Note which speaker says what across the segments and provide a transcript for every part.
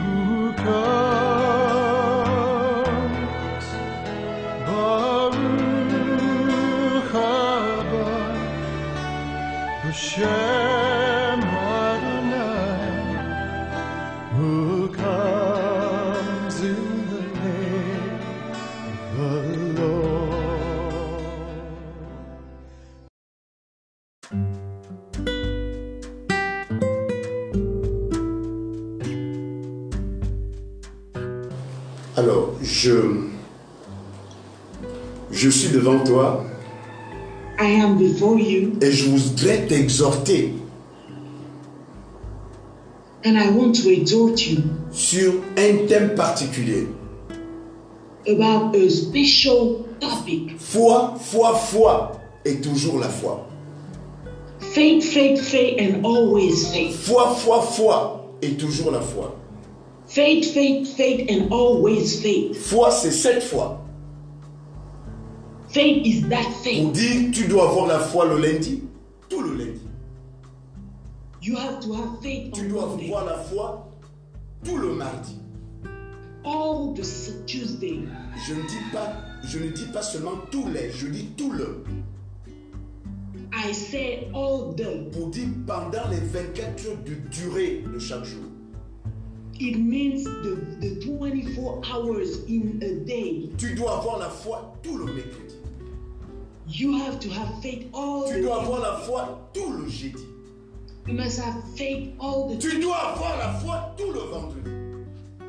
Speaker 1: who comes. Baruch haba Hashem Adonai, who comes in the name of the Lord.
Speaker 2: Alors, je, je suis devant toi
Speaker 3: I am before you
Speaker 2: et je voudrais t'exhorter
Speaker 3: and I want to exhort you
Speaker 2: sur un thème particulier.
Speaker 3: about a special topic
Speaker 2: Foi, foi, foi et toujours la foi.
Speaker 3: faith, faith, faith, and always faith.
Speaker 2: Foi, foi, foi et toujours la foi.
Speaker 3: Faith, faith, faith, and always faith.
Speaker 2: Foi, c'est cette foi.
Speaker 3: Faith is that
Speaker 2: On
Speaker 3: faith.
Speaker 2: dit, tu dois avoir la foi le lundi, tout le lundi.
Speaker 3: You have to have faith
Speaker 2: Tu
Speaker 3: on
Speaker 2: dois
Speaker 3: Monday,
Speaker 2: avoir la foi tout le mardi.
Speaker 3: all the s- Tuesday.
Speaker 2: Je ne dis pas, je ne dis pas seulement tous les, je dis tout le.
Speaker 3: I said all the.
Speaker 2: Pour dire pendant les 24 heures de durée de chaque jour.
Speaker 3: It means the, the 24 hours in a day.
Speaker 2: Tu dois avoir la foi tout le mercredi.
Speaker 3: You have to have faith all
Speaker 2: Tu
Speaker 3: the
Speaker 2: dois avoir la foi tout le jeudi.
Speaker 3: You must have faith all the
Speaker 2: Tu dois avoir la foi tout le vendredi.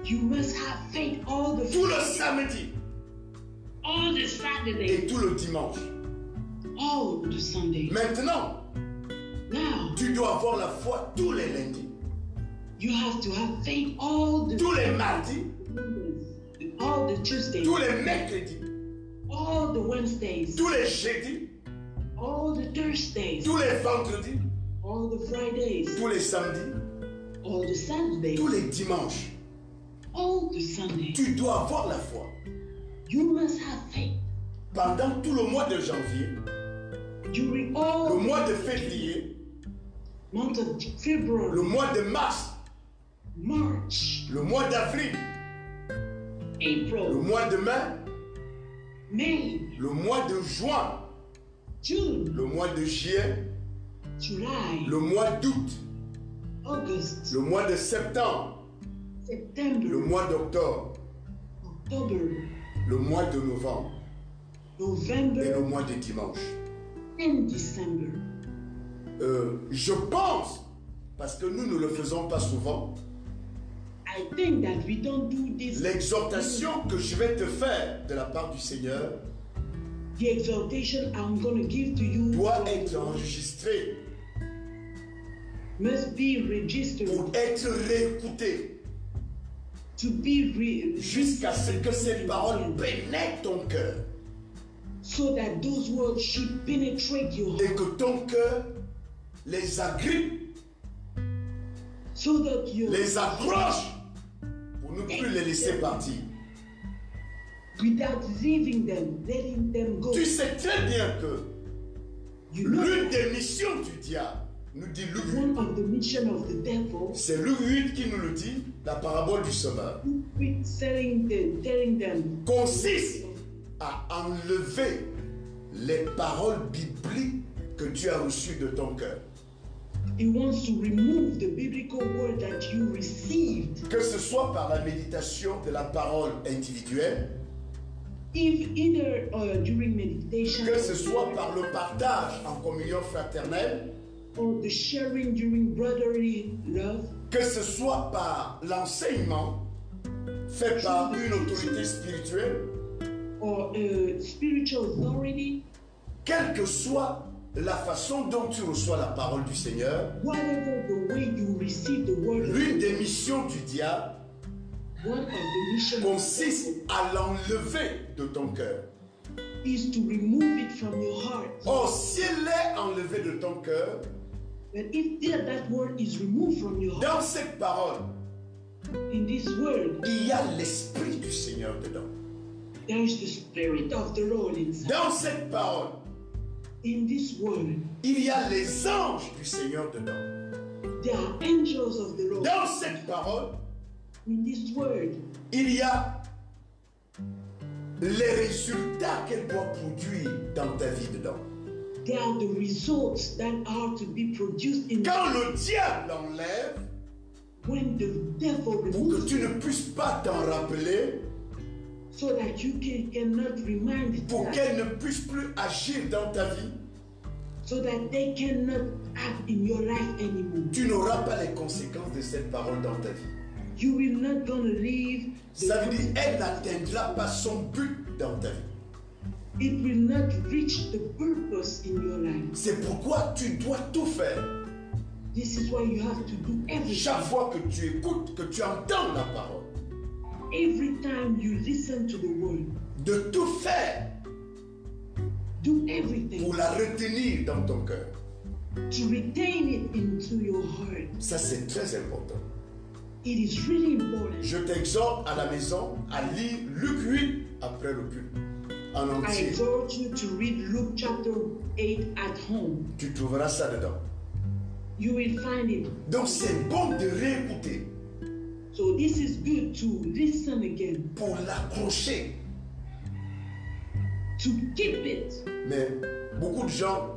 Speaker 3: You must have faith all the
Speaker 2: Tout le samedi
Speaker 3: all the Saturday.
Speaker 2: et tout le dimanche.
Speaker 3: all the Sunday.
Speaker 2: Maintenant,
Speaker 3: Now
Speaker 2: tu dois avoir la foi tous les lundis,
Speaker 3: you have to have faith all the
Speaker 2: tous les mardis,
Speaker 3: Mondays, all the Tuesdays,
Speaker 2: tous les mercredis,
Speaker 3: all the Wednesdays,
Speaker 2: tous les jeudis,
Speaker 3: all the Thursdays,
Speaker 2: tous les vendredis,
Speaker 3: all the Fridays,
Speaker 2: tous les samedis,
Speaker 3: all the Saturdays,
Speaker 2: tous les dimanches.
Speaker 3: all the Sunday.
Speaker 2: Tu dois avoir la foi.
Speaker 3: You must have faith
Speaker 2: Pendant tout le mois de janvier,
Speaker 3: during
Speaker 2: le
Speaker 3: all
Speaker 2: mois de février,
Speaker 3: the month of
Speaker 2: le
Speaker 3: February,
Speaker 2: mois de mars,
Speaker 3: March,
Speaker 2: le mois d'avril, le
Speaker 3: April,
Speaker 2: mois de mai,
Speaker 3: May,
Speaker 2: le mois de juin,
Speaker 3: June,
Speaker 2: le mois de juillet,
Speaker 3: July,
Speaker 2: le mois d'août,
Speaker 3: August,
Speaker 2: le mois de septembre, le
Speaker 3: September,
Speaker 2: mois d'octobre,
Speaker 3: October,
Speaker 2: le mois de novembre et
Speaker 3: November,
Speaker 2: le mois de dimanche.
Speaker 3: and December.
Speaker 2: Euh, je pense, parce que nous ne le faisons pas souvent,
Speaker 3: I think that we don't do this.
Speaker 2: l'exhortation que je vais te faire de la part du Seigneur
Speaker 3: The exhortation I'm going to give to you
Speaker 2: doit être enregistrée
Speaker 3: must be registered
Speaker 2: pour être réécoutée
Speaker 3: to be re-
Speaker 2: jusqu'à ce que ces paroles pénètrent ton cœur
Speaker 3: so that those words should penetrate your heart,
Speaker 2: et que ton cœur les agrippe,
Speaker 3: so that you
Speaker 2: les accroche pour ne plus les laisser partir.
Speaker 3: without leaving them, letting them go.
Speaker 2: Tu sais très bien que
Speaker 3: You
Speaker 2: l'une
Speaker 3: know,
Speaker 2: des missions du diable, nous dit Luc 8,
Speaker 3: one of the mission of the devil
Speaker 2: c'est Luc 8 qui nous le dit, la parabole du semeur,
Speaker 3: with telling them, telling them
Speaker 2: consiste à enlever les paroles bibliques que tu as reçues de ton cœur.
Speaker 3: he wants to remove the biblical word that you received,
Speaker 2: Que ce soit par la méditation de la parole individuelle,
Speaker 3: if either uh, during meditation.
Speaker 2: que ce soit par le partage en communion fraternelle,
Speaker 3: or the sharing during brotherly love,
Speaker 2: que ce soit par l'enseignement fait par une autorité spirituelle,
Speaker 3: or uh, spiritual authority,
Speaker 2: quelle que soit la façon dont tu reçois la parole du Seigneur,
Speaker 3: whatever the way you receive the word, of
Speaker 2: l'une des missions du diable
Speaker 3: one of the mission of
Speaker 2: consiste à l'enlever de ton cœur.
Speaker 3: God is to remove it from your heart.
Speaker 2: Or, si elle est enlevée de ton cœur,
Speaker 3: But if that, that word is removed from your heart
Speaker 2: dans cette parole,
Speaker 3: in this word,
Speaker 2: il y a l'Esprit du Seigneur dedans.
Speaker 3: there is the spirit of the Lord inside.
Speaker 2: Dans cette parole,
Speaker 3: In this word,
Speaker 2: il y a les anges du Seigneur dedans.
Speaker 3: there are angels of the Lord.
Speaker 2: Dans cette parole,
Speaker 3: in this word,
Speaker 2: il y a les résultats qu'elle doit produire dans ta vie dedans.
Speaker 3: they are the results that are to be produced in
Speaker 2: Quand le diable enlève,
Speaker 3: when the devil
Speaker 2: pour que
Speaker 3: removes
Speaker 2: tu ne puisses pas t'en rappeler,
Speaker 3: so that you can, cannot remind
Speaker 2: pour
Speaker 3: them,
Speaker 2: qu'elle ne puisse plus agir dans ta vie,
Speaker 3: so that they cannot act in your life anymore.
Speaker 2: tu n'auras pas les conséquences de cette parole dans ta vie.
Speaker 3: You will not gonna live. the
Speaker 2: Ça veut dire elle n'atteindra pas son but dans ta vie.
Speaker 3: It will not reach the purpose in your life.
Speaker 2: C'est pourquoi tu dois tout faire.
Speaker 3: This is why you have to do
Speaker 2: Chaque
Speaker 3: everything.
Speaker 2: fois que tu écoutes, que tu entends la parole,
Speaker 3: Every time you listen to the word,
Speaker 2: de tout faire
Speaker 3: do everything
Speaker 2: pour la retenir dans ton cœur.
Speaker 3: to retain it into your heart.
Speaker 2: Ça, c'est très important.
Speaker 3: It is really important.
Speaker 2: Je t'exhorte à la maison à lire Luc 8 après le culte en
Speaker 3: I
Speaker 2: entier.
Speaker 3: exhort you to read Luke chapter 8 at home.
Speaker 2: Tu trouveras ça dedans.
Speaker 3: You will find it.
Speaker 2: Donc, c'est bon de réécouter
Speaker 3: So this is good to listen again,
Speaker 2: pour l'accrocher.
Speaker 3: to keep it.
Speaker 2: Mais beaucoup de gens,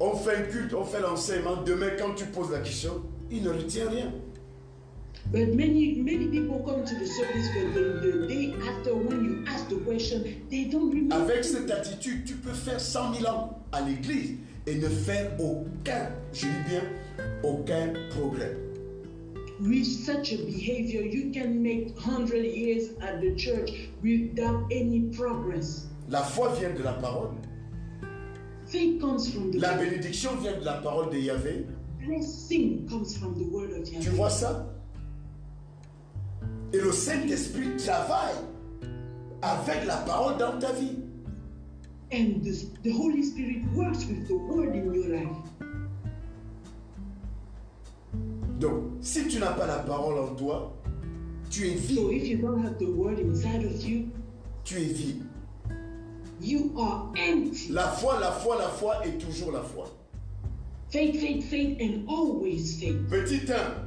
Speaker 2: on fait un culte, on fait l'enseignement. Demain, quand tu poses la question, il ne retient rien.
Speaker 3: But many many people come to the service, but the, the day after when you ask the question, they don't remember.
Speaker 2: Avec cette attitude, tu peux faire 100 000 ans à l'église et ne faire aucun, je dis bien, aucun progrès.
Speaker 3: With such a behavior, you can make hundred years at the church without any progress.
Speaker 2: La foi vient de la parole.
Speaker 3: Faith comes from the
Speaker 2: La bénédiction vient de la parole de Yahvé.
Speaker 3: blessing comes from the word of
Speaker 2: Tu
Speaker 3: Yahweh.
Speaker 2: vois ça Et le Saint-Esprit travaille avec la parole dans ta vie.
Speaker 3: And the, the Holy Spirit works with the word in your life.
Speaker 2: Donc, si tu n'as pas la parole en toi, tu es
Speaker 3: So
Speaker 2: vide.
Speaker 3: if you don't have the word inside of you,
Speaker 2: Tu es vide.
Speaker 3: you are empty.
Speaker 2: La foi, la foi, la foi est toujours la foi.
Speaker 3: Faith, faith, faith, and always faith.
Speaker 2: Petit 1,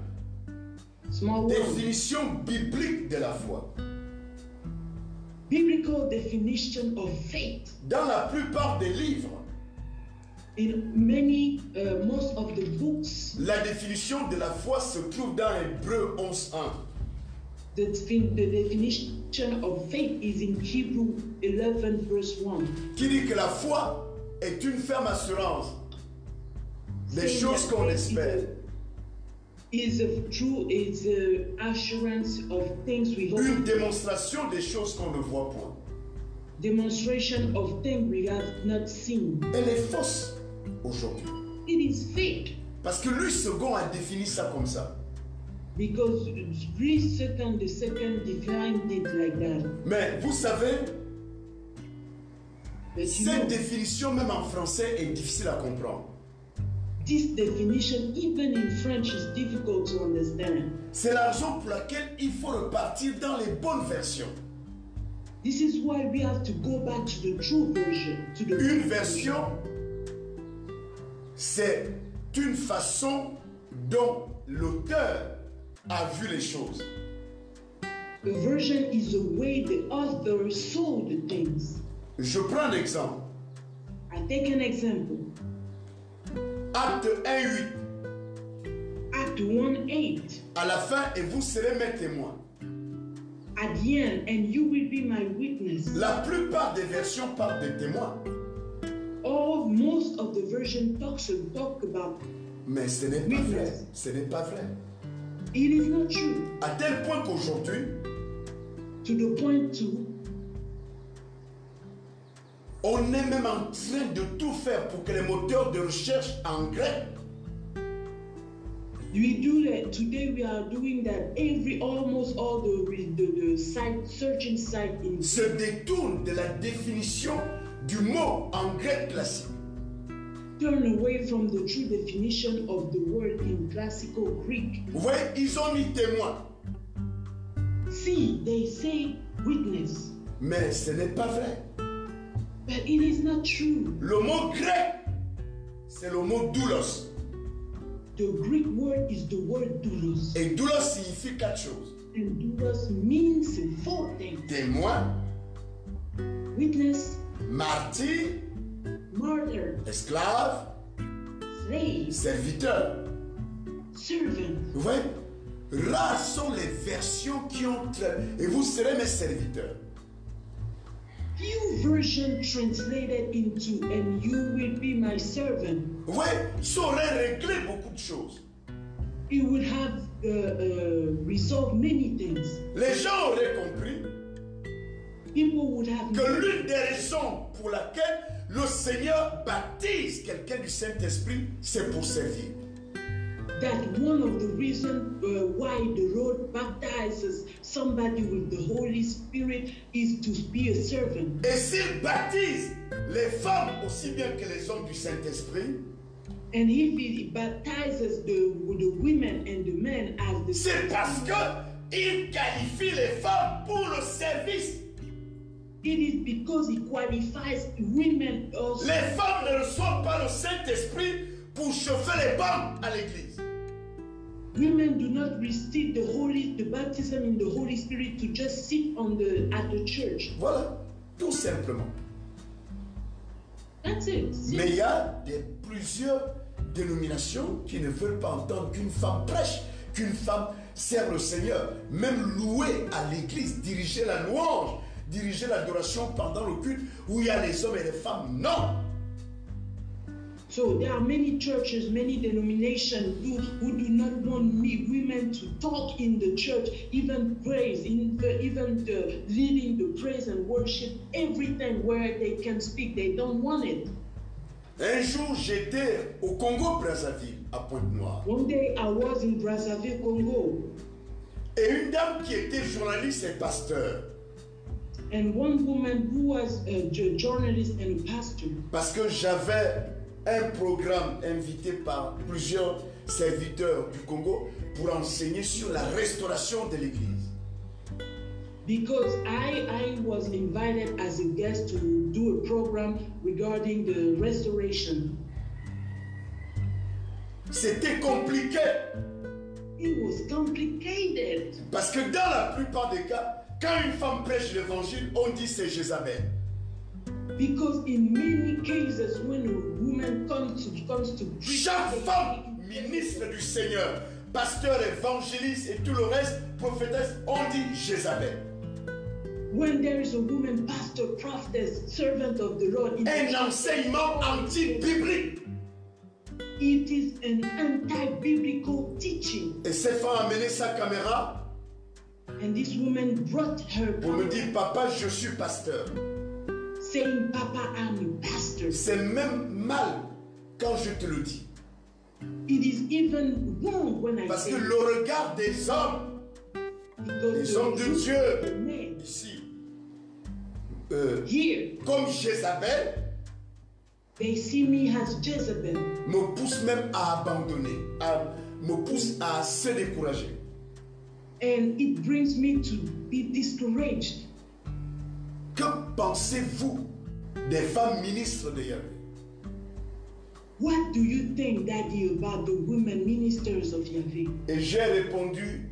Speaker 3: Small one.
Speaker 2: définition biblique de la foi.
Speaker 3: Biblical definition of faith.
Speaker 2: Dans la plupart des livres,
Speaker 3: In many, uh, most of the books,
Speaker 2: la définition de la foi se trouve dans Hébreu 11.1.
Speaker 3: the, defin- the definition of faith is in Hebrew 11, verse 1.
Speaker 2: qui dit que la foi est une ferme assurance des
Speaker 3: Saying
Speaker 2: choses
Speaker 3: that
Speaker 2: qu'on
Speaker 3: faith is
Speaker 2: espère,
Speaker 3: a- Is a true, is a assurance of things we hope,
Speaker 2: une démonstration des choses qu'on ne voit point.
Speaker 3: demonstration of things we have not seen.
Speaker 2: Elle est fausse aujourd'hui.
Speaker 3: It is fake.
Speaker 2: Parce que Louis II a défini ça comme ça.
Speaker 3: Because three second, the second defined it like that.
Speaker 2: Mais vous savez,
Speaker 3: But you know,
Speaker 2: cette définition, même en français, est difficile à comprendre.
Speaker 3: this definition, even in French, is difficult to understand.
Speaker 2: C'est la raison pour laquelle il faut repartir dans les bonnes versions.
Speaker 3: This is why we have to go back to the true version, to the
Speaker 2: Une version, c'est une façon dont l'auteur a vu les choses.
Speaker 3: A version is the way the author saw the things.
Speaker 2: Je prends l'exemple.
Speaker 3: I take an example.
Speaker 2: Acte 1.8.
Speaker 3: Act 1 8.
Speaker 2: À la fin, et vous serez mes témoins.
Speaker 3: At the end, and you will be my witness.
Speaker 2: La plupart des versions parlent des témoins,
Speaker 3: All most of the version talks and talk about
Speaker 2: mais ce n'est pas
Speaker 3: Oui.
Speaker 2: vrai. Ce n'est pas vrai.
Speaker 3: it is not true.
Speaker 2: À tel point qu'aujourd'hui,
Speaker 3: To the point to
Speaker 2: on est même en train de tout faire pour que les moteurs de recherche en grec
Speaker 3: We do that today. We are doing that every almost all the the, the site searching site in
Speaker 2: se détournent de la définition du mot en grec classique.
Speaker 3: turn away from the true definition of the word in classical Greek.
Speaker 2: Vous voyez, ils ont mis témoin,
Speaker 3: See, they say witness,
Speaker 2: mais ce n'est pas vrai.
Speaker 3: but it is not true.
Speaker 2: Le mot grec, c'est le mot doulos.
Speaker 3: The Greek word is the word doulos.
Speaker 2: Et douleur signifie quatre choses.
Speaker 3: And doulos means four things
Speaker 2: Témoin,
Speaker 3: witness,
Speaker 2: martyr,
Speaker 3: martyr,
Speaker 2: esclave,
Speaker 3: slave,
Speaker 2: serviteur.
Speaker 3: servant.
Speaker 2: Vous voyez Rares sont les versions qui ont... tra- Et vous serez mes serviteurs.
Speaker 3: Few version translated into, and you will be my servant.
Speaker 2: Vous voyez Ça aurait réglé beaucoup de choses.
Speaker 3: It would have uh, uh, resolved many things.
Speaker 2: Les gens auraient compris
Speaker 3: People would have
Speaker 2: que l'une des raisons pour laquelle le Seigneur baptise quelqu'un du Saint-Esprit, c'est pour servir.
Speaker 3: that one of the reasons uh, why the road baptizes somebody with the Holy Spirit is to be a servant.
Speaker 2: Et s'il baptise les femmes aussi bien que les hommes du Saint-Esprit,
Speaker 3: And if he baptizes the, the women and the men as the
Speaker 2: c'est parce que il qualifie les femmes pour le service.
Speaker 3: it is because he qualifies women also.
Speaker 2: Les femmes ne reçoivent pas le Saint-Esprit pour chauffer les bancs à l'église.
Speaker 3: Women do not receive the holy the baptism in the Holy Spirit to just sit on the at the church.
Speaker 2: Voilà, tout simplement.
Speaker 3: That's it.
Speaker 2: Mais il y a des, plusieurs dénominations qui ne veulent pas entendre qu'une femme prêche, qu'une femme serve le Seigneur, même louer à l'église, diriger la louange, diriger l'adoration pendant le culte où il y a les hommes et les femmes. Non!
Speaker 3: So there are many churches, many denominations who, who do not want me, women to talk in the church, even praise, in the, even the leading the praise and worship, everything where they can speak, they don't want it.
Speaker 2: Un jour, j'étais au Congo-Brazzaville, à Pointe-Noire,
Speaker 3: One day I was in Brazzaville, Congo,
Speaker 2: et une dame qui était journaliste et pasteur,
Speaker 3: and one woman who was a ju- journalist and a pastor,
Speaker 2: parce que j'avais un programme invité par plusieurs serviteurs du Congo pour enseigner sur la restauration de l'église.
Speaker 3: because I, I was invited as a guest to do a program regarding the restoration.
Speaker 2: C'était compliqué
Speaker 3: It was complicated.
Speaker 2: parce que dans la plupart des cas, quand une femme prêche l'évangile, on dit c'est Jézabel.
Speaker 3: Because in many cases, when a woman comes to comes to preach,
Speaker 2: Chaque femme ministre du Seigneur, pasteur, évangéliste et tout le reste, prophétesse, on dit Jézabel.
Speaker 3: when there is a woman, pastor, prophetess, servant of the Lord, it
Speaker 2: Un enseignement anti-biblique.
Speaker 3: it is an anti-biblical teaching.
Speaker 2: Et cette femme a amené sa caméra
Speaker 3: And this woman brought her
Speaker 2: pour me
Speaker 3: back,
Speaker 2: dire Papa, je suis pasteur.
Speaker 3: saying, "Papa, I'm a pastor."
Speaker 2: C'est même mal quand je te le dis.
Speaker 3: It is even wrong when I
Speaker 2: Parce
Speaker 3: say
Speaker 2: que
Speaker 3: it,
Speaker 2: le regard des hommes
Speaker 3: because
Speaker 2: les
Speaker 3: the
Speaker 2: hommes de
Speaker 3: truth
Speaker 2: Dieu.
Speaker 3: of the man
Speaker 2: ici, euh,
Speaker 3: Here
Speaker 2: comme Jézabel,
Speaker 3: they see me as Jezebel.
Speaker 2: me pousse même à abandonner, à- me pousse à se décourager.
Speaker 3: And it brings me to be discouraged.
Speaker 2: Que pensez-vous des femmes ministres de Yahvé
Speaker 3: What do you think, Daddy, about the women ministers of Yahweh?
Speaker 2: Et j'ai répondu,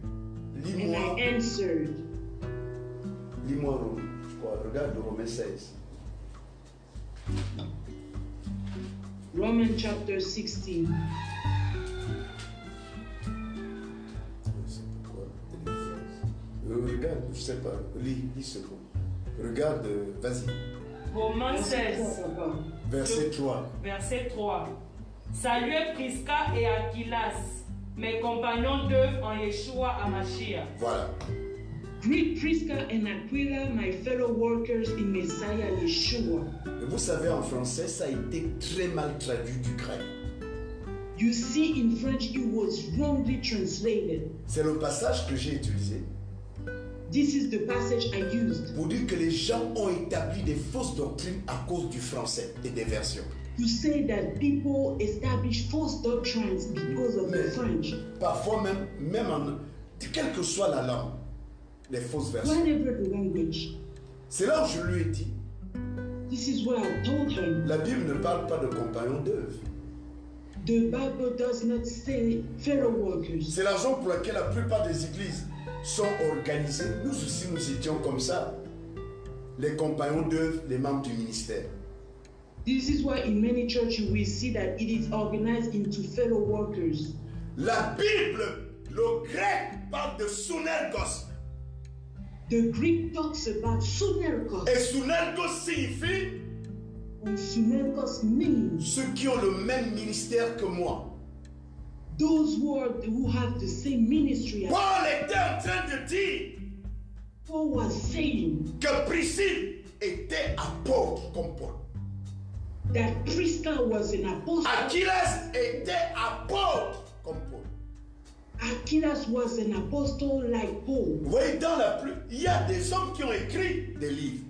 Speaker 3: And I
Speaker 2: lis-moi,
Speaker 3: answered,
Speaker 2: lis-moi Romain, je crois, regarde le Romain 16.
Speaker 3: Romans chapter
Speaker 2: Je
Speaker 3: 16.
Speaker 2: sais pas quoi, le 16. Euh, Regarde, je sais pas, lis, lis ce mot. Regarde, euh, vas-y,
Speaker 4: Romains 16,
Speaker 2: verset 3.
Speaker 4: verset 3. Saluez Prisca et Aquilas, mes compagnons d'œuvre en Yeshua Amashia.
Speaker 2: Voilà.
Speaker 3: Greet Prisca and Aquila, my fellow workers in Messiah Yeshua.
Speaker 2: Et vous savez, en français, ça a été très mal traduit du grec.
Speaker 3: You see, in French, it was wrongly translated.
Speaker 2: C'est le passage que j'ai utilisé
Speaker 3: This is the passage I used
Speaker 2: pour dire que les gens ont établi des fausses doctrines à cause du français et des versions.
Speaker 3: to say that people establish false doctrines because of the French.
Speaker 2: Parfois même, même en, quelle que soit la langue, les fausses versions.
Speaker 3: Whatever the language,
Speaker 2: C'est là où je lui ai dit,
Speaker 3: this is what I told her.
Speaker 2: la Bible ne parle pas de compagnons d'œuvre.
Speaker 3: The Bible does not say fellow workers.
Speaker 2: C'est la raison pour laquelle la plupart des églises sont organisées. Nous aussi, nous étions comme ça. Les compagnons d'œuvre, les membres du ministère.
Speaker 3: This is why in many churches we see that it is organized into fellow workers.
Speaker 2: La Bible, le grec, parle de sounergos.
Speaker 3: The Greek talks about
Speaker 2: Et
Speaker 3: synergos,
Speaker 2: sounergos signifie
Speaker 3: and synergos means
Speaker 2: ceux qui ont le même ministère que moi.
Speaker 3: those who, are, who have the same ministry. as
Speaker 2: Paul était en train de dire
Speaker 3: Paul was saying
Speaker 2: que Priscille était apôtre comme Paul.
Speaker 3: that Priscilla was an apostle,
Speaker 2: Achilles était apôtre comme Paul.
Speaker 3: Achilles was an apostle like Paul.
Speaker 2: Vous voyez, dans la pluie, il y a des hommes qui ont écrit des livres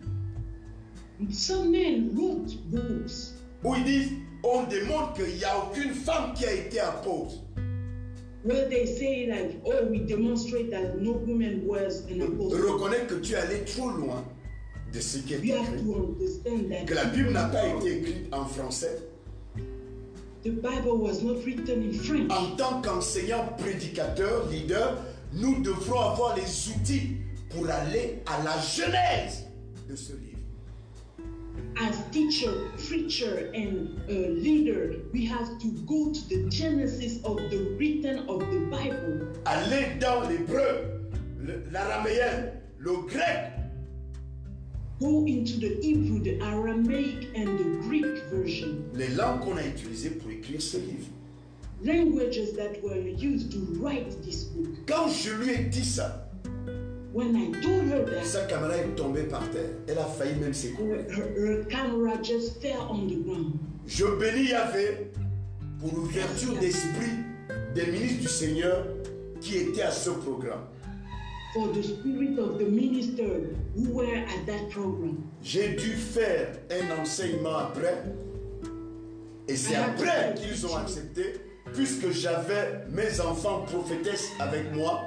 Speaker 3: Some men wrote books
Speaker 2: où ils disent on démontre qu'il n'y a aucune femme qui a été apôtre.
Speaker 3: where they say like, oh, we demonstrate that no woman was an apostle.
Speaker 2: Reconnais que tu es allé trop loin de ce qui est
Speaker 3: You have
Speaker 2: écrit.
Speaker 3: to understand that
Speaker 2: Que la Bible n'a pas été écrite en français.
Speaker 3: the Bible was not written in French.
Speaker 2: En tant qu'enseignant, prédicateur, leader, nous devrons avoir les outils pour aller à la genèse de ce livre.
Speaker 3: as teacher, preacher, and uh, leader, we have to go to the genesis of the written of the Bible.
Speaker 2: Aller dans l'hébreu, le- l'araméen, le grec,
Speaker 3: Go into the Hebrew, the Aramaic, and the Greek version,
Speaker 2: les langues qu'on a utilisées pour écrire ce livre.
Speaker 3: languages that were used to write this book.
Speaker 2: Quand je lui ai dit ça,
Speaker 3: When I told her that,
Speaker 2: sa caméra est tombée par terre. Elle a failli même s'écrouler.
Speaker 3: her, her camera just fell on the ground.
Speaker 2: Je bénis Yahvé pour l'ouverture d'esprit des ministres du Seigneur qui étaient à ce programme.
Speaker 3: For the spirit of the minister who were at that program,
Speaker 2: J'ai dû faire un enseignement après. Et c'est après qu'ils ont accepté, puisque j'avais mes enfants prophétesses avec moi.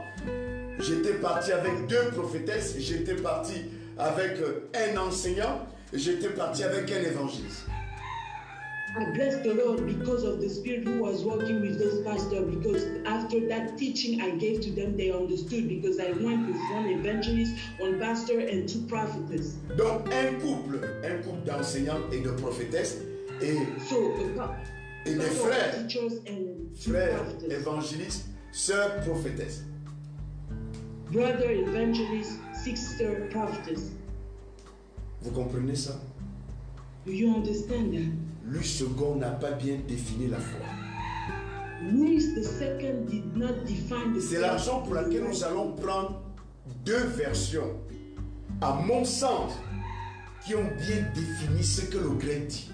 Speaker 2: J'étais parti avec deux prophétesses, j'étais parti avec euh, un enseignant, et j'étais parti avec un évangéliste.
Speaker 3: I bless the Lord because of the spirit who was working with those pastors. Because after that teaching I gave to them, they understood. Because I went with one evangelist, one pastor, and two prophetess.
Speaker 2: Donc un couple, un couple d'enseignants et de prophétesses, et
Speaker 3: So, a cou-
Speaker 2: Et des
Speaker 3: couple of
Speaker 2: frères.
Speaker 3: teachers and two
Speaker 2: frères
Speaker 3: prophetess,
Speaker 2: évangélistes, sœurs prophétesses.
Speaker 3: brother evangelist, sister prophetess.
Speaker 2: Vous comprenez ça
Speaker 3: Do you understand that?
Speaker 2: Luce second n'a pas bien défini la foi.
Speaker 3: Louis the second did not define the.
Speaker 2: C'est la raison pour laquelle nous allons prendre deux versions, à mon sens, qui ont bien défini ce que le grec dit.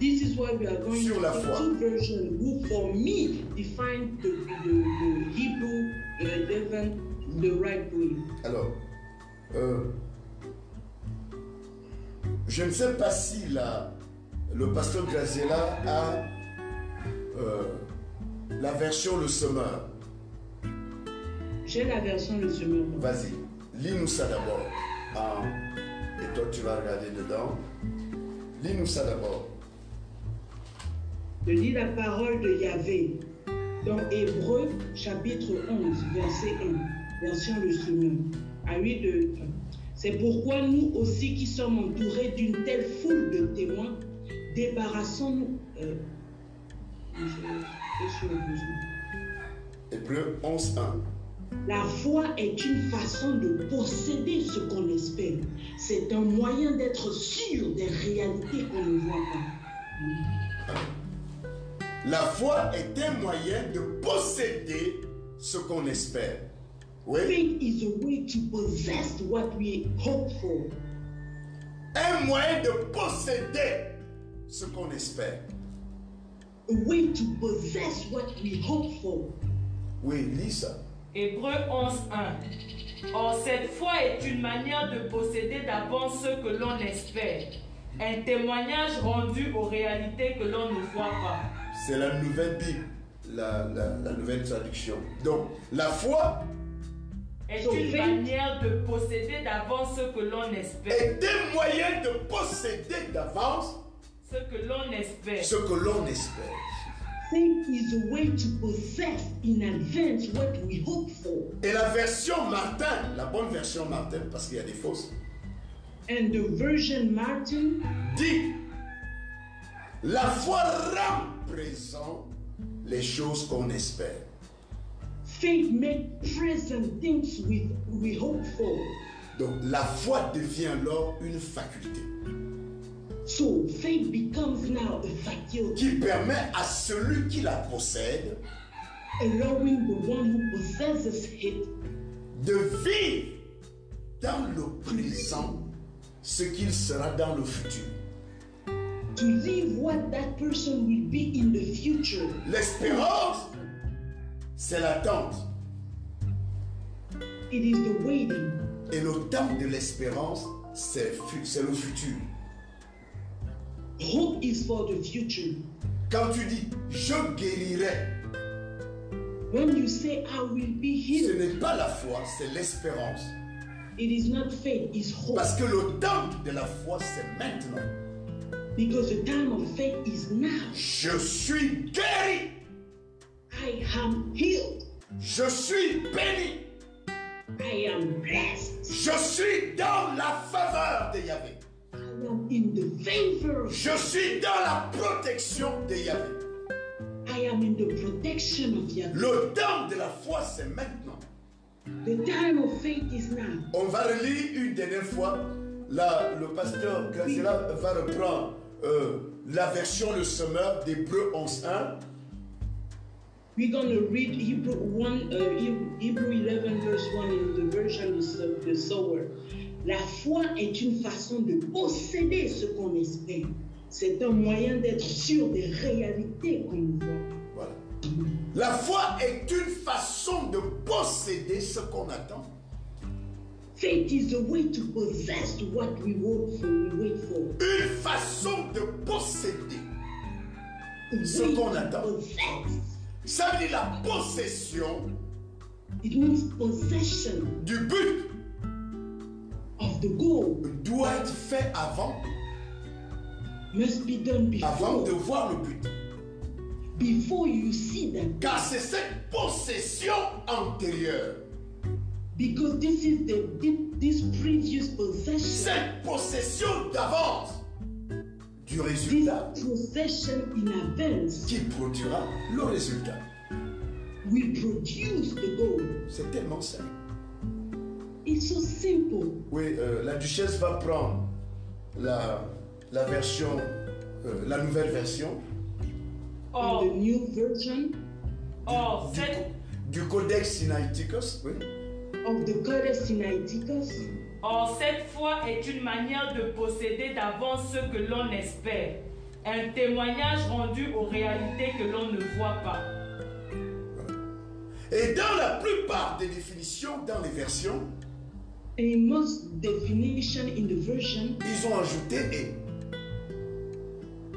Speaker 3: This is why we are going
Speaker 2: Sur
Speaker 3: to
Speaker 2: la
Speaker 3: the
Speaker 2: foi.
Speaker 3: two versions who for me define the, the, the Hebrew uh, leaven the right way.
Speaker 2: Alors, euh, je ne sais pas si la- le pasteur Graziella a euh, la version le semeur.
Speaker 3: J'ai la version le semeur.
Speaker 2: Vas-y, lis-nous ça d'abord. Ah, et toi, tu vas regarder dedans. Lis-nous ça d'abord.
Speaker 3: Je lis la parole de Yahvé dans Hébreu chapitre 11, verset 1, version le semeur. À 8 de C'est pourquoi nous aussi qui sommes entourés d'une telle foule de témoins, débarrassons-nous. euh, je- je suis obligée.
Speaker 2: Hébreu 11, 1.
Speaker 3: La foi est une façon de posséder ce qu'on espère. C'est un moyen d'être sûr des réalités qu'on ne voit pas.
Speaker 2: La foi est un moyen de posséder ce qu'on espère. Oui.
Speaker 3: Faith is a way to possess what we hope for.
Speaker 2: Un moyen de posséder ce qu'on espère.
Speaker 3: A way to possess what we hope for.
Speaker 2: Oui, lis ça.
Speaker 4: Hébreux 11, 1. Or, cette foi est une manière de posséder d'avance ce que l'on espère, un témoignage rendu aux réalités que l'on ne voit pas.
Speaker 2: C'est la nouvelle Bible, la, la- la nouvelle traduction. Donc, la foi
Speaker 4: Est
Speaker 3: Donc,
Speaker 4: une
Speaker 3: oui.
Speaker 4: manière de posséder d'avance ce que l'on espère,
Speaker 2: est un moyen de posséder d'avance
Speaker 4: ce que l'on espère.
Speaker 2: ce que l'on espère.
Speaker 3: Faith is a way to possess in advance what we hope for.
Speaker 2: Et la version Martin, la bonne version Martin, parce qu'il y a des fausses,
Speaker 3: And the version Martin
Speaker 2: dit La foi rend présent les choses qu'on espère.
Speaker 3: Faith make present things with we hope for.
Speaker 2: Donc la foi devient alors une faculté
Speaker 3: So faith becomes now a faculty,
Speaker 2: qui permet à celui qui la possède
Speaker 3: allowing the one who possesses it
Speaker 2: de vivre dans le présent ce qu'il sera dans le futur.
Speaker 3: to live what that person will be in the future.
Speaker 2: L'espérance, c'est l'attente.
Speaker 3: It is the waiting.
Speaker 2: Et le temps de l'espérance, c'est fu- c'est le futur.
Speaker 3: Hope is for the future.
Speaker 2: Quand tu dis je guérirai,
Speaker 3: When you say I will be
Speaker 2: ce
Speaker 3: healed,
Speaker 2: n'est pas la foi, c'est l'espérance.
Speaker 3: it is not faith, it's hope.
Speaker 2: Parce que le temps de la foi, c'est maintenant.
Speaker 3: Because the time of faith is now.
Speaker 2: Je suis guéri,
Speaker 3: I am healed.
Speaker 2: je suis béni,
Speaker 3: I am blessed.
Speaker 2: je suis dans la faveur de Yahvé,
Speaker 3: I am in the favor of
Speaker 2: je suis dans la protection de Yahvé.
Speaker 3: I am in the protection of Yahweh.
Speaker 2: Le temps de la foi, c'est maintenant.
Speaker 3: The time of faith is now.
Speaker 2: On va relire une dernière fois. Là, le pasteur Graziella va reprendre euh, la version le semeur d'Hébreu 11.1.
Speaker 3: We're going to read Hebrew 1, uh, Heb- Hebrew 11, verse 1 in the version of the sower. La foi est une façon de posséder ce qu'on espère. C'est un moyen d'être sûr des réalités qu'on voit.
Speaker 2: Voilà. La foi est une façon de posséder ce qu'on attend.
Speaker 3: Faith is a way to possess what we hope for, we wait for.
Speaker 2: Une façon de posséder.
Speaker 3: A
Speaker 2: Ce
Speaker 3: way
Speaker 2: qu'on
Speaker 3: to
Speaker 2: attend.
Speaker 3: Possess.
Speaker 2: Ça veut dire la possession
Speaker 3: It means possession
Speaker 2: du but
Speaker 3: of the goal
Speaker 2: doit être fait avant,
Speaker 3: must be done
Speaker 2: avant
Speaker 3: before,
Speaker 2: de voir le but.
Speaker 3: before you see them.
Speaker 2: Car c'est cette possession antérieure,
Speaker 3: Because this is the this previous possession.
Speaker 2: cette possession d'avance du
Speaker 3: this
Speaker 2: résultat
Speaker 3: possession in advance
Speaker 2: qui produira le résultat.
Speaker 3: will produce the goal.
Speaker 2: C'est tellement simple.
Speaker 3: It's so simple.
Speaker 2: Oui, euh, la duchesse va prendre la, la version, euh, la nouvelle version
Speaker 4: Or,
Speaker 3: In
Speaker 4: Oh.
Speaker 3: the new version
Speaker 4: or cette,
Speaker 2: du Codex Sinaiticus. Oui.
Speaker 3: of the Codex Sinaiticus,
Speaker 4: or cette foi est une manière de posséder d'avance ce que l'on espère. Un témoignage rendu aux réalités que l'on ne voit pas.
Speaker 2: Et dans la plupart des définitions, dans les versions,
Speaker 3: in most definition in the version,
Speaker 2: ils ont ajouté et.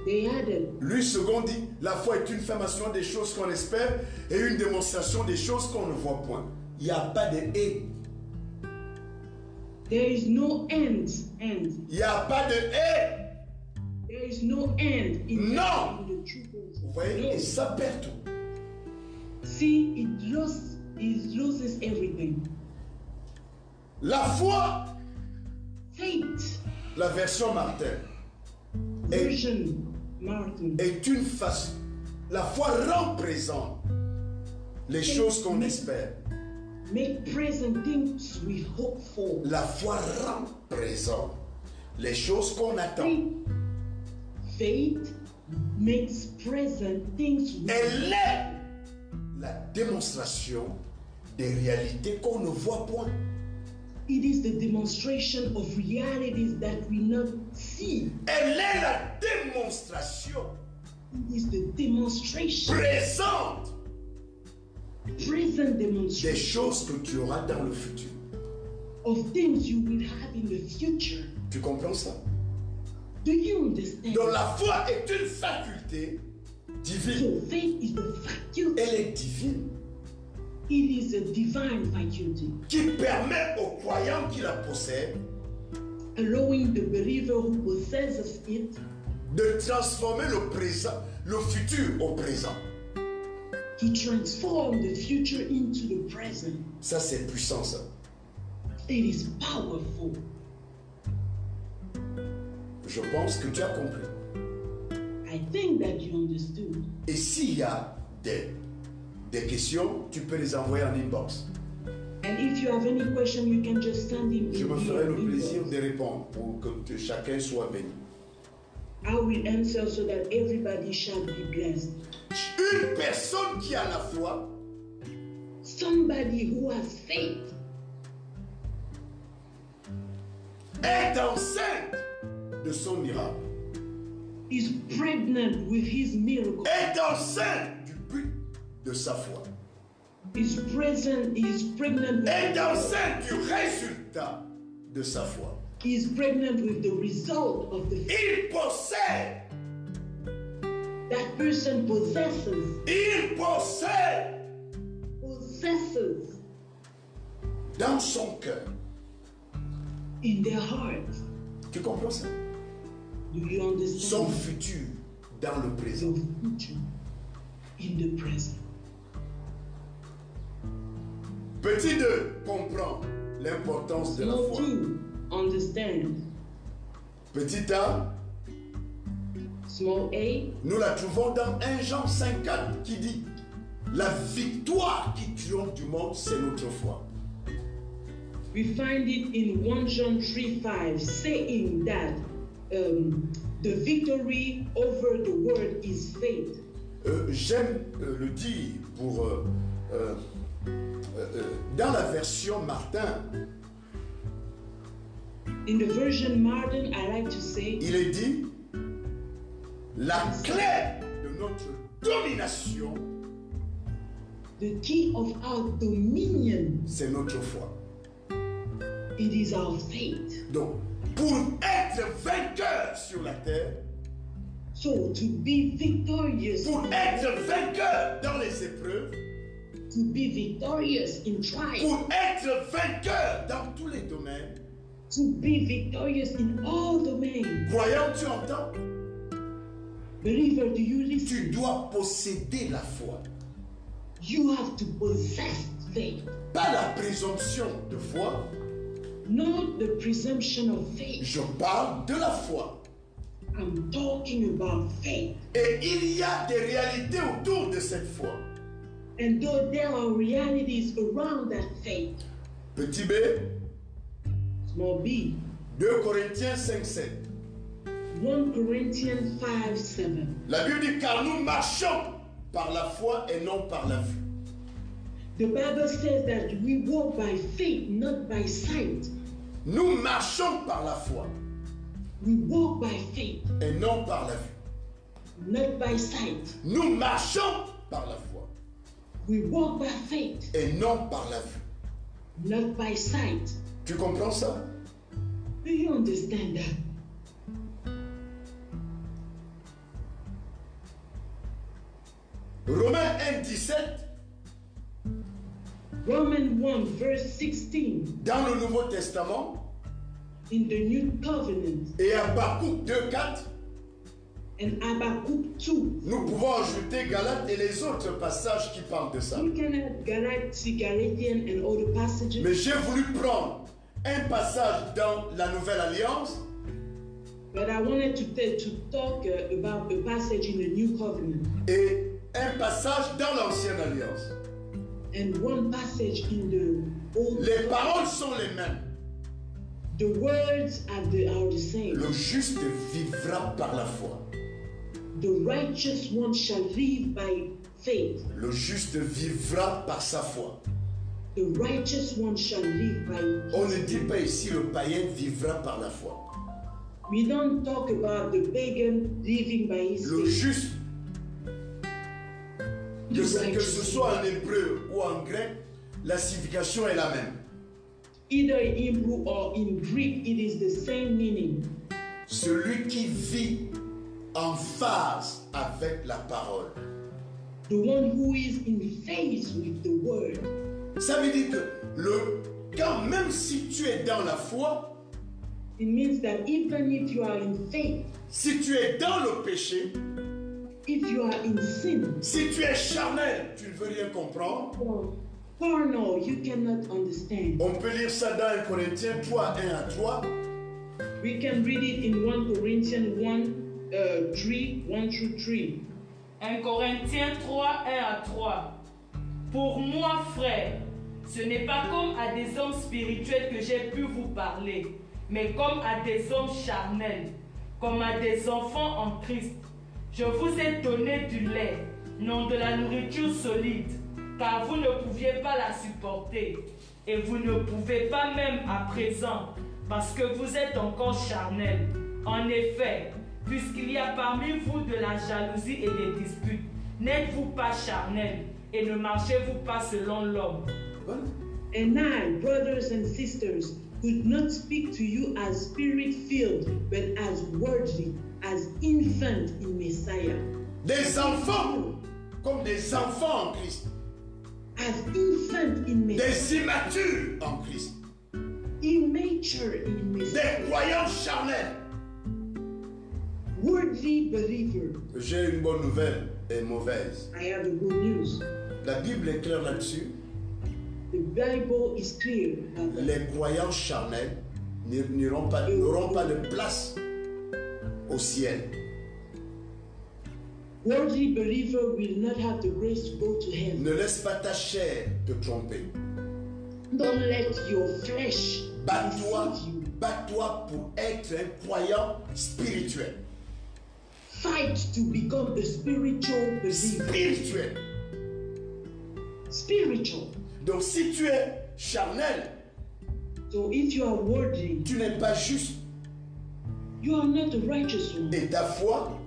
Speaker 3: they added
Speaker 2: Lui second dit, la foi est une formation des choses qu'on espère et une démonstration des choses qu'on ne voit point. Il n'y a pas de et.
Speaker 3: there is no end, end.
Speaker 2: Il n'y a pas de et.
Speaker 3: There is no end in,
Speaker 2: No.
Speaker 3: the, in the true version.
Speaker 2: Vous voyez, et ça perd tout.
Speaker 3: See, it loses it loses everything.
Speaker 2: La foi,
Speaker 3: Faith
Speaker 2: la version Martin, est,
Speaker 3: version Martin.
Speaker 2: est une façon. La foi rend présent les choses qu'on espère.
Speaker 3: Make present things we hope for.
Speaker 2: La foi rend présent les choses qu'on attend.
Speaker 3: Faith, faith makes present things we
Speaker 2: Elle est la démonstration des réalités qu'on ne voit point.
Speaker 3: it is the demonstration of realities that we not see.
Speaker 2: Elle est la démonstration
Speaker 3: It is the demonstration,
Speaker 2: présente
Speaker 3: present
Speaker 2: des
Speaker 3: demonstration
Speaker 2: choses que tu auras dans le futur.
Speaker 3: of things you will have in the future.
Speaker 2: Tu comprends ça
Speaker 3: Do you understand?
Speaker 2: Donc la foi est une faculté divine.
Speaker 3: So faith is the faculty.
Speaker 2: Elle est divine
Speaker 3: It is a divine faculty,
Speaker 2: qui permet aux croyants qui la possèdent
Speaker 3: allowing the believer who possesses it
Speaker 2: de transformer le présent, le futur au présent.
Speaker 3: to transform the future into the present.
Speaker 2: Ça, c'est puissant, ça.
Speaker 3: It is powerful.
Speaker 2: Je pense que tu as compris.
Speaker 3: I think that you understood.
Speaker 2: Et s'il y a des, des questions, tu peux les envoyer en inbox.
Speaker 3: And if you have any question, you can just send him.
Speaker 2: Je
Speaker 3: in
Speaker 2: me
Speaker 3: the
Speaker 2: ferai le
Speaker 3: inbox.
Speaker 2: plaisir de répondre pour que tu- chacun soit béni.
Speaker 3: I will answer so that everybody shall be blessed.
Speaker 2: Une personne qui a la foi
Speaker 3: Somebody who has faith
Speaker 2: est enceinte de son miracle,
Speaker 3: is pregnant with his miracle.
Speaker 2: est enceinte du but de sa foi,
Speaker 3: Is present. Is pregnant.
Speaker 2: est
Speaker 3: With,
Speaker 2: enceinte du résultat de sa foi.
Speaker 3: is pregnant with the result of the faith.
Speaker 2: Il possède,
Speaker 3: That person possesses.
Speaker 2: il possède
Speaker 3: Possesses
Speaker 2: dans son cœur.
Speaker 3: in their heart.
Speaker 2: Tu comprends ça
Speaker 3: Do you understand?
Speaker 2: Son futur dans le présent.
Speaker 3: the future in the present.
Speaker 2: Petit 2 comprend l'importance de la
Speaker 3: Number
Speaker 2: foi.
Speaker 3: two, understand.
Speaker 2: Petit 1,
Speaker 3: Small a,
Speaker 2: nous la trouvons dans 1 Jean 50 qui dit La victoire qui triomphe du monde, c'est notre foi.
Speaker 3: we find it in 1 John 3 5, saying that um, the victory over the world is faith.
Speaker 2: Euh, J'aime euh, le dire pour. euh, euh, euh, euh, dans la version Martin,
Speaker 3: In the version Martin, I like to say,
Speaker 2: il est dit La clé de notre domination,
Speaker 3: the key of our dominion,
Speaker 2: c'est notre foi.
Speaker 3: it is our faith.
Speaker 2: Donc, pour être vainqueur sur la terre,
Speaker 3: So to be victorious,
Speaker 2: pour être vainqueur dans les épreuves,
Speaker 3: to be victorious in trials,
Speaker 2: pour être vainqueur dans tous les domaines.
Speaker 3: to be victorious in all domains.
Speaker 2: Croyant, tu entends,
Speaker 3: Believer, do you listen?
Speaker 2: tu dois posséder la foi.
Speaker 3: You have to possess faith,
Speaker 2: Pas la présomption de foi,
Speaker 3: not the presumption of faith.
Speaker 2: je parle de la foi.
Speaker 3: I'm talking about faith.
Speaker 2: Et il y a des réalités autour de cette foi.
Speaker 3: And though there are realities around that faith,
Speaker 2: Petit b,
Speaker 3: small b,
Speaker 2: 2 Corinthiens 5, 7.
Speaker 3: 1 Corinthians 5 7.
Speaker 2: La Bible dit car nous marchons par la foi et non par la vue.
Speaker 3: The Bible says that we walk by faith, not by sight.
Speaker 2: Nous marchons par la foi
Speaker 3: We walk by faith,
Speaker 2: et non par la vue.
Speaker 3: not by sight.
Speaker 2: Nous marchons par la foi
Speaker 3: We walk by faith,
Speaker 2: et non par la vue.
Speaker 3: not by sight.
Speaker 2: Tu comprends ça
Speaker 3: Do you understand that?
Speaker 2: Romains 1, 17,
Speaker 3: Romans 1 verse 16
Speaker 2: dans le Nouveau Testament,
Speaker 3: in the New Covenant.
Speaker 2: et Habakkuk 2, 4,
Speaker 3: and Habakkuk 2.
Speaker 2: nous pouvons ajouter Galates et les autres passages qui parlent de ça.
Speaker 3: We can add Galati, Galatian, and all the passages.
Speaker 2: Mais j'ai voulu prendre un passage dans la Nouvelle Alliance
Speaker 3: But I wanted to, t- to talk uh, about the passage in the New Covenant
Speaker 2: et un passage dans l'Ancienne Alliance.
Speaker 3: and one passage in the Old.
Speaker 2: Les paroles sont les mêmes.
Speaker 3: The words are the, are the same.
Speaker 2: Le juste vivra par la foi.
Speaker 3: The righteous one shall live by faith.
Speaker 2: Le juste vivra par sa foi.
Speaker 3: The righteous one shall live by.
Speaker 2: On ne dit pas ici le païen vivra par la foi.
Speaker 3: We don't talk about the pagan living by his
Speaker 2: Le
Speaker 3: faith.
Speaker 2: juste, que
Speaker 3: The
Speaker 2: ce, que
Speaker 3: righteous
Speaker 2: ce
Speaker 3: one.
Speaker 2: soit en hébreu ou en grec, la signification est la même.
Speaker 3: Either in Hebrew or in Greek, it is the same meaning.
Speaker 2: Celui qui vit en phase avec la parole.
Speaker 3: the one who is in phase with the word.
Speaker 2: Ça veut dire que le, quand même si tu es dans la foi,
Speaker 3: It means that even if you are in faith,
Speaker 2: si tu es dans le péché,
Speaker 3: If you are in sin,
Speaker 2: Si tu es charnel, tu ne veux rien comprendre.
Speaker 3: or carnal, you cannot understand.
Speaker 2: On peut lire ça dans 1 Corinthiens 3, 1 à 3.
Speaker 3: We can read it in 1 Corinthians 1 uh, 3, 1 through 3.
Speaker 4: 1 Corinthiens 3, 1 à 3. Pour moi, frères, ce n'est pas comme à des hommes spirituels que j'ai pu vous parler, mais comme à des hommes charnels, comme à des enfants en Christ. Je vous ai donné du lait, non de la nourriture solide, car vous ne pouviez pas la supporter, et vous ne pouvez pas même à présent, parce que vous êtes encore charnels. En effet, puisqu'il y a parmi vous de la jalousie et des disputes, n'êtes-vous pas charnels et ne marchez-vous pas selon l'homme
Speaker 2: Voilà.
Speaker 3: And I, brothers and sisters, could not speak to you as spirit filled, but as worldly, as infant in Messiah.
Speaker 2: Des enfants, comme des enfants en Christ.
Speaker 3: As infant in Messiah.
Speaker 2: Des immatures en Christ.
Speaker 3: Immature in
Speaker 2: Des
Speaker 3: Messiah.
Speaker 2: croyants charnels.
Speaker 3: Worldly believer.
Speaker 2: J'ai une bonne nouvelle et une mauvaise.
Speaker 3: I have the good news.
Speaker 2: La Bible est claire là-dessus.
Speaker 3: The Bible is clear about that.
Speaker 2: Les croyants charnels n'ir- n'iront pas- n'auront pas, de place au ciel.
Speaker 3: Worldly believer will not have the grace to go to heaven.
Speaker 2: Ne laisse pas ta chair te tromper.
Speaker 3: Don't let your flesh
Speaker 2: Bats-toi,
Speaker 3: deceive you.
Speaker 2: bats-toi pour être un croyant spirituel.
Speaker 3: Fight to become a spiritual believer.
Speaker 2: Spirituel.
Speaker 3: Spiritual.
Speaker 2: Donc si tu es charnel,
Speaker 3: So if you are worldly,
Speaker 2: tu n'es pas juste
Speaker 3: you are not a righteous one.
Speaker 2: et ta foi,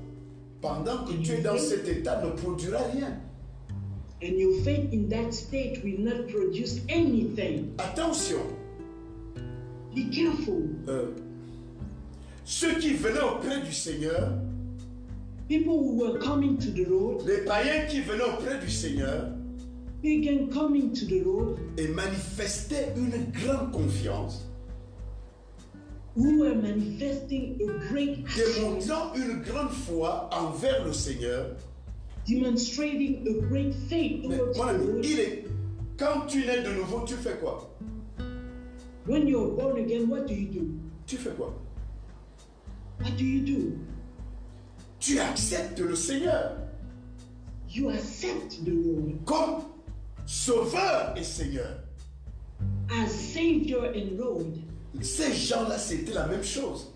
Speaker 2: pendant que tu es dans cet état, ne produira rien.
Speaker 3: And your faith in that state will not produce anything.
Speaker 2: Attention,
Speaker 3: Be careful.
Speaker 2: euh, ceux qui venaient auprès du Seigneur,
Speaker 3: People who were coming to the Lord,
Speaker 2: les païens qui venaient auprès du Seigneur,
Speaker 3: began coming to the Lord,
Speaker 2: et manifestaient une grande confiance,
Speaker 3: who were manifesting a great action,
Speaker 2: démontrant une grande foi envers le Seigneur.
Speaker 3: demonstrating a great faith
Speaker 2: Mais
Speaker 3: towards
Speaker 2: mon
Speaker 3: the
Speaker 2: ami,
Speaker 3: Lord.
Speaker 2: il est. Quand tu nais de nouveau, tu fais quoi
Speaker 3: When you're born again, what do you do?
Speaker 2: Tu fais quoi
Speaker 3: What do you do?
Speaker 2: Tu acceptes le Seigneur
Speaker 3: You accept the Lord
Speaker 2: comme Sauveur et Seigneur.
Speaker 3: as Savior and Lord.
Speaker 2: Ces gens-là, c'était la même chose.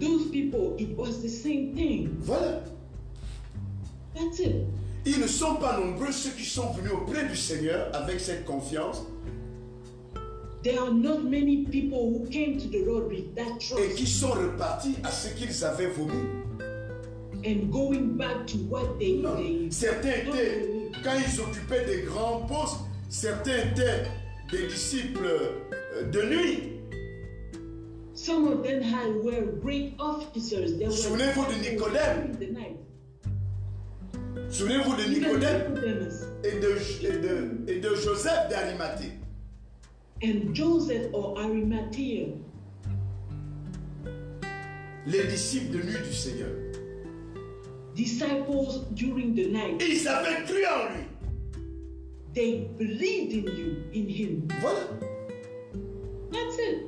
Speaker 3: Those people, it was the same thing.
Speaker 2: Voilà.
Speaker 3: That's it.
Speaker 2: Ils ne sont pas nombreux ceux qui sont venus auprès du Seigneur avec cette confiance
Speaker 3: There are not many people who came to the Lord with that
Speaker 2: et
Speaker 3: trust
Speaker 2: qui sont repartis à ce qu'ils avaient vomi.
Speaker 3: and going back to what they
Speaker 2: Non.
Speaker 3: they
Speaker 2: Certains étaient,
Speaker 3: Non.
Speaker 2: quand ils occupaient des grands postes, certains étaient des disciples euh, de nuit.
Speaker 3: Some of them had were great officers. They were
Speaker 2: Souvenez-vous de Nicodème.
Speaker 3: in the night.
Speaker 2: Souvenez-vous de
Speaker 3: Even
Speaker 2: Nicodème
Speaker 3: Nicodemus
Speaker 2: et de, et de- et de Joseph d'Arimathée.
Speaker 3: and Joseph or Arimathea,
Speaker 2: Les disciples de nuit du Seigneur.
Speaker 3: disciples during the night.
Speaker 2: Ils avaient cru en lui.
Speaker 3: They believed in you, in him.
Speaker 2: Voilà.
Speaker 3: That's it.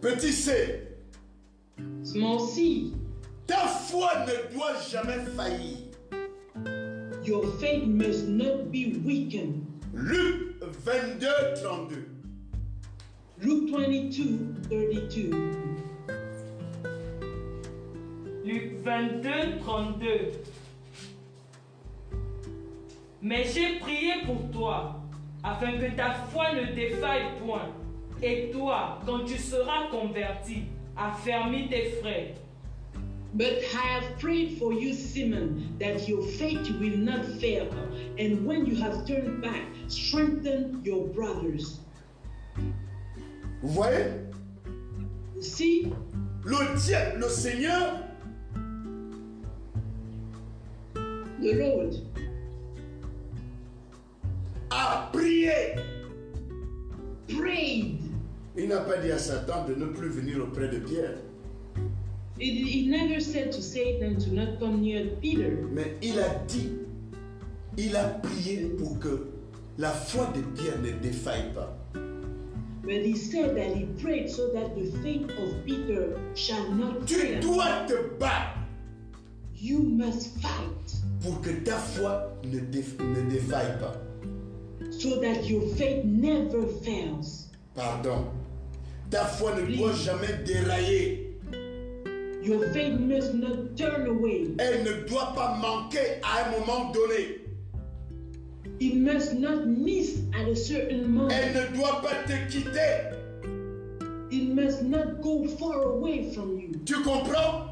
Speaker 2: Petit C,
Speaker 3: Small C,
Speaker 2: ta foi ne doit jamais faillir.
Speaker 3: your faith must not be weakened.
Speaker 2: Luc 22, 32.
Speaker 3: Luke 22, 32.
Speaker 4: Luc 22, 32. Mais j'ai prié pour toi, afin que ta foi ne défaille point. Et toi, quand tu seras converti, affermis tes frères.
Speaker 3: But I have prayed for you, Simon, that your faith will not fail, and when you have turned back, strengthen your brothers.
Speaker 2: Vous voyez
Speaker 3: You see,
Speaker 2: Le Dieu, le Seigneur
Speaker 3: the Lord
Speaker 2: a prié
Speaker 3: prayed.
Speaker 2: Il n'a pas dit à Satan de ne plus venir auprès de Pierre,
Speaker 3: He he never said to Satan to not come near Peter,
Speaker 2: mais il a dit, il a prié pour que la foi de Pierre ne défaille pas.
Speaker 3: but he said that he prayed so that the faith of Peter shall not
Speaker 2: Tu
Speaker 3: fail.
Speaker 2: dois te battre
Speaker 3: You must fight
Speaker 2: pour que ta foi ne, déf- ne défaille pas.
Speaker 3: so that your faith never fails.
Speaker 2: Pardon. Ta foi ne doit jamais dérailler.
Speaker 3: Your faith must not turn away.
Speaker 2: Elle ne doit pas manquer à un moment donné.
Speaker 3: It must not miss at a certain
Speaker 2: Elle
Speaker 3: moment.
Speaker 2: ne doit pas te quitter.
Speaker 3: It must not go far away from you.
Speaker 2: Tu comprends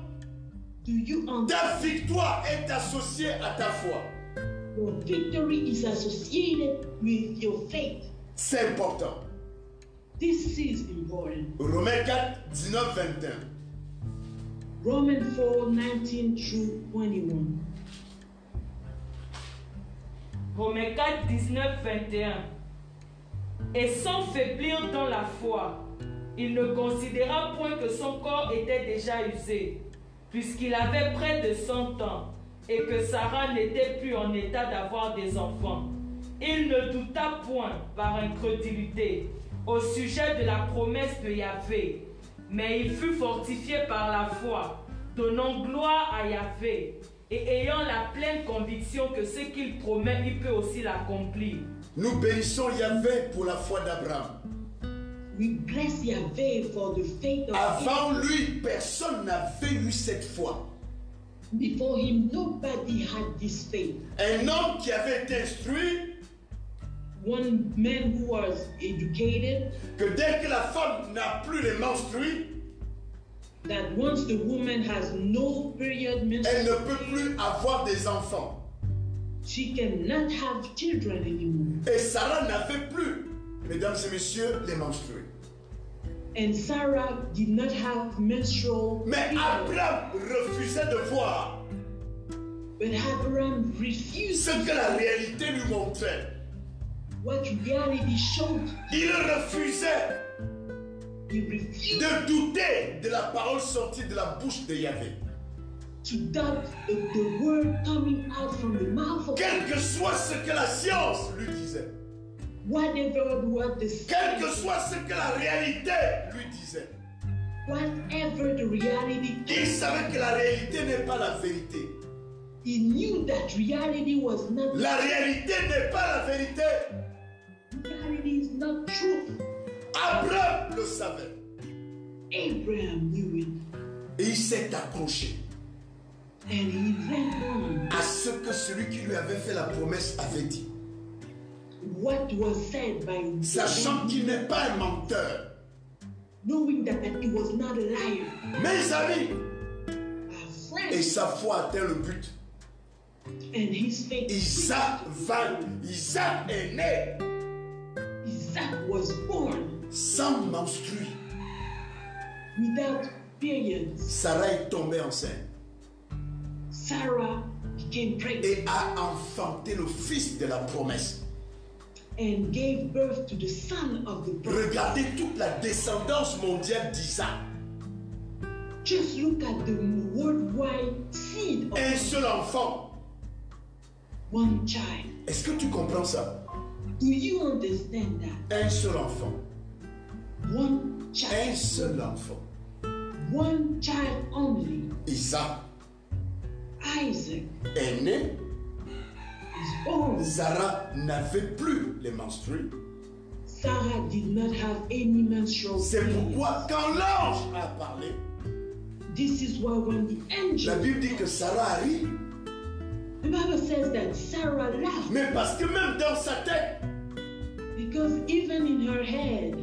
Speaker 3: Do you understand?
Speaker 2: Ta victoire est associée à ta foi.
Speaker 3: Your victory is associated with your faith.
Speaker 2: C'est important.
Speaker 3: This is important.
Speaker 2: Romains 4, 19, 21.
Speaker 3: Romans 4 19 through 21.
Speaker 4: Romains 4, 19, 21. Et sans faiblir dans la foi, il ne considéra point que son corps était déjà usé, puisqu'il avait près de 100 ans et que Sarah n'était plus en état d'avoir des enfants. Il ne douta point par incrédulité au sujet de la promesse de Yahvé, mais il fut fortifié par la foi, donnant gloire à Yahvé et ayant la pleine conviction que ce qu'il promet, il peut aussi l'accomplir.
Speaker 2: Nous bénissons Yahvé pour la foi d'Abraham.
Speaker 3: We bless Yahweh for the faith of
Speaker 2: Avant lui, personne n'avait eu cette foi.
Speaker 3: Abraham. Before him, nobody had this faith.
Speaker 2: Un homme qui avait été instruit
Speaker 3: One man who was educated,
Speaker 2: que dès que la femme n'a plus les menstrues,
Speaker 3: that once the woman has no period
Speaker 2: elle ne
Speaker 3: menstrual,
Speaker 2: peut plus avoir des enfants.
Speaker 3: she cannot have children anymore.
Speaker 2: Et Sarah n'avait plus, mesdames et messieurs, les menstrues.
Speaker 3: And Sarah did not have menstrual.
Speaker 2: Mais
Speaker 3: period.
Speaker 2: Abraham refusait de voir
Speaker 3: But Abraham refused
Speaker 2: ce que la réalité lui montrait.
Speaker 3: what reality showed.
Speaker 2: Il refusait
Speaker 3: He refused
Speaker 2: de douter de la parole sortie de la bouche de Yahvé.
Speaker 3: to doubt the, the word coming out from the mouth of
Speaker 2: Quel que soit ce que la science lui disait,
Speaker 3: whatever what the
Speaker 2: quel que
Speaker 3: science-
Speaker 2: soit ce que la réalité lui disait,
Speaker 3: whatever the reality.
Speaker 2: il savait que la réalité n'est pas la vérité.
Speaker 3: He knew that reality was not.
Speaker 2: La réalité n'est pas la vérité.
Speaker 3: Reality is not truth.
Speaker 2: Abraham le savait.
Speaker 3: Abraham knew it,
Speaker 2: Et il s'est accroché
Speaker 3: and he went on.
Speaker 2: à ce que celui qui lui avait fait la promesse avait dit.
Speaker 3: What was said by
Speaker 2: Sachant qu'il n'est pas un menteur.
Speaker 3: knowing that, that he was not a liar.
Speaker 2: Mes amis,
Speaker 3: Our
Speaker 2: et
Speaker 3: friend
Speaker 2: sa foi atteint le but.
Speaker 3: and his faith.
Speaker 2: Isaac va, Isaac est né
Speaker 3: Isaac was born
Speaker 2: sans menstruer.
Speaker 3: without periods.
Speaker 2: Sarah est tombée enceinte
Speaker 3: Sarah became pregnant
Speaker 2: et a enfanté le fils de la promesse.
Speaker 3: and gave birth to the son of the prophet.
Speaker 2: Regardez toute la descendance mondiale d'Isaac.
Speaker 3: Just look at the worldwide seed of
Speaker 2: Un seul enfant.
Speaker 3: one child.
Speaker 2: Est-ce que tu comprends ça
Speaker 3: Do you understand that?
Speaker 2: Un seul enfant.
Speaker 3: One
Speaker 2: Un
Speaker 3: child,
Speaker 2: seul enfant.
Speaker 3: one child only.
Speaker 2: Isaac
Speaker 3: Isaac
Speaker 2: est né.
Speaker 3: is born.
Speaker 2: Sarah n'avait plus les menstrues.
Speaker 3: Sarah did not have any menstrual
Speaker 2: C'est
Speaker 3: period.
Speaker 2: pourquoi quand l'ange a parlé,
Speaker 3: This is why when the
Speaker 2: la
Speaker 3: angel,
Speaker 2: Bible dit que Sarah rit.
Speaker 3: the Bible says that Sarah laughed
Speaker 2: Mais parce que même dans sa tête,
Speaker 3: because even in her head,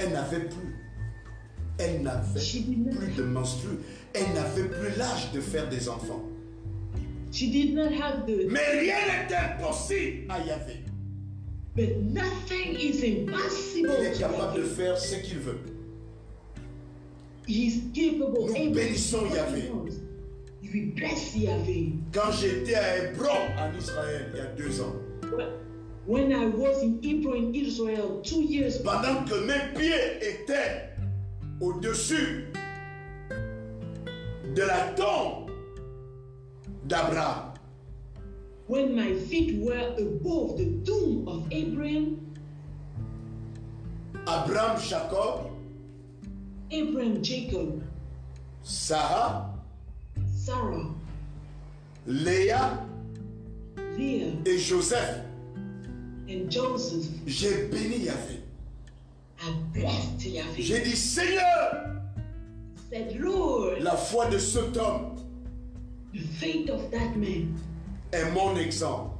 Speaker 2: Elle n'avait plus. Elle n'avait
Speaker 3: She did not
Speaker 2: plus de menstrues. Elle n'avait plus l'âge de faire des enfants.
Speaker 3: she did not have the.
Speaker 2: Mais rien n'est impossible à Yahvé.
Speaker 3: But nothing is
Speaker 2: Il
Speaker 3: impossible.
Speaker 2: est
Speaker 3: to
Speaker 2: capable de
Speaker 3: Yahweh.
Speaker 2: faire ce qu'il veut.
Speaker 3: He's capable.
Speaker 2: Nous
Speaker 3: Everything
Speaker 2: bénissons
Speaker 3: he
Speaker 2: Yahvé.
Speaker 3: wants. We bless Yahweh.
Speaker 2: Quand j'étais à Hébron, en Israël, il y a deux ans,
Speaker 3: When- When I was in Hebron in Israel two years back,
Speaker 2: pendant que mes pieds étaient au-dessus de la tombe d'Abraham,
Speaker 3: when my feet were above the tomb of Abraham,
Speaker 2: Abraham, Jacob,
Speaker 3: Abraham, Jacob,
Speaker 2: Sarah,
Speaker 3: Sarah,
Speaker 2: Léa
Speaker 3: Leah,
Speaker 2: et Joseph,
Speaker 3: and Joseph,
Speaker 2: j'ai béni Yahvé.
Speaker 3: I blessed Yahweh.
Speaker 2: J'ai dit, Seigneur,
Speaker 3: Said, Lord,
Speaker 2: la foi de cet homme
Speaker 3: the faith of that man
Speaker 2: est mon exemple.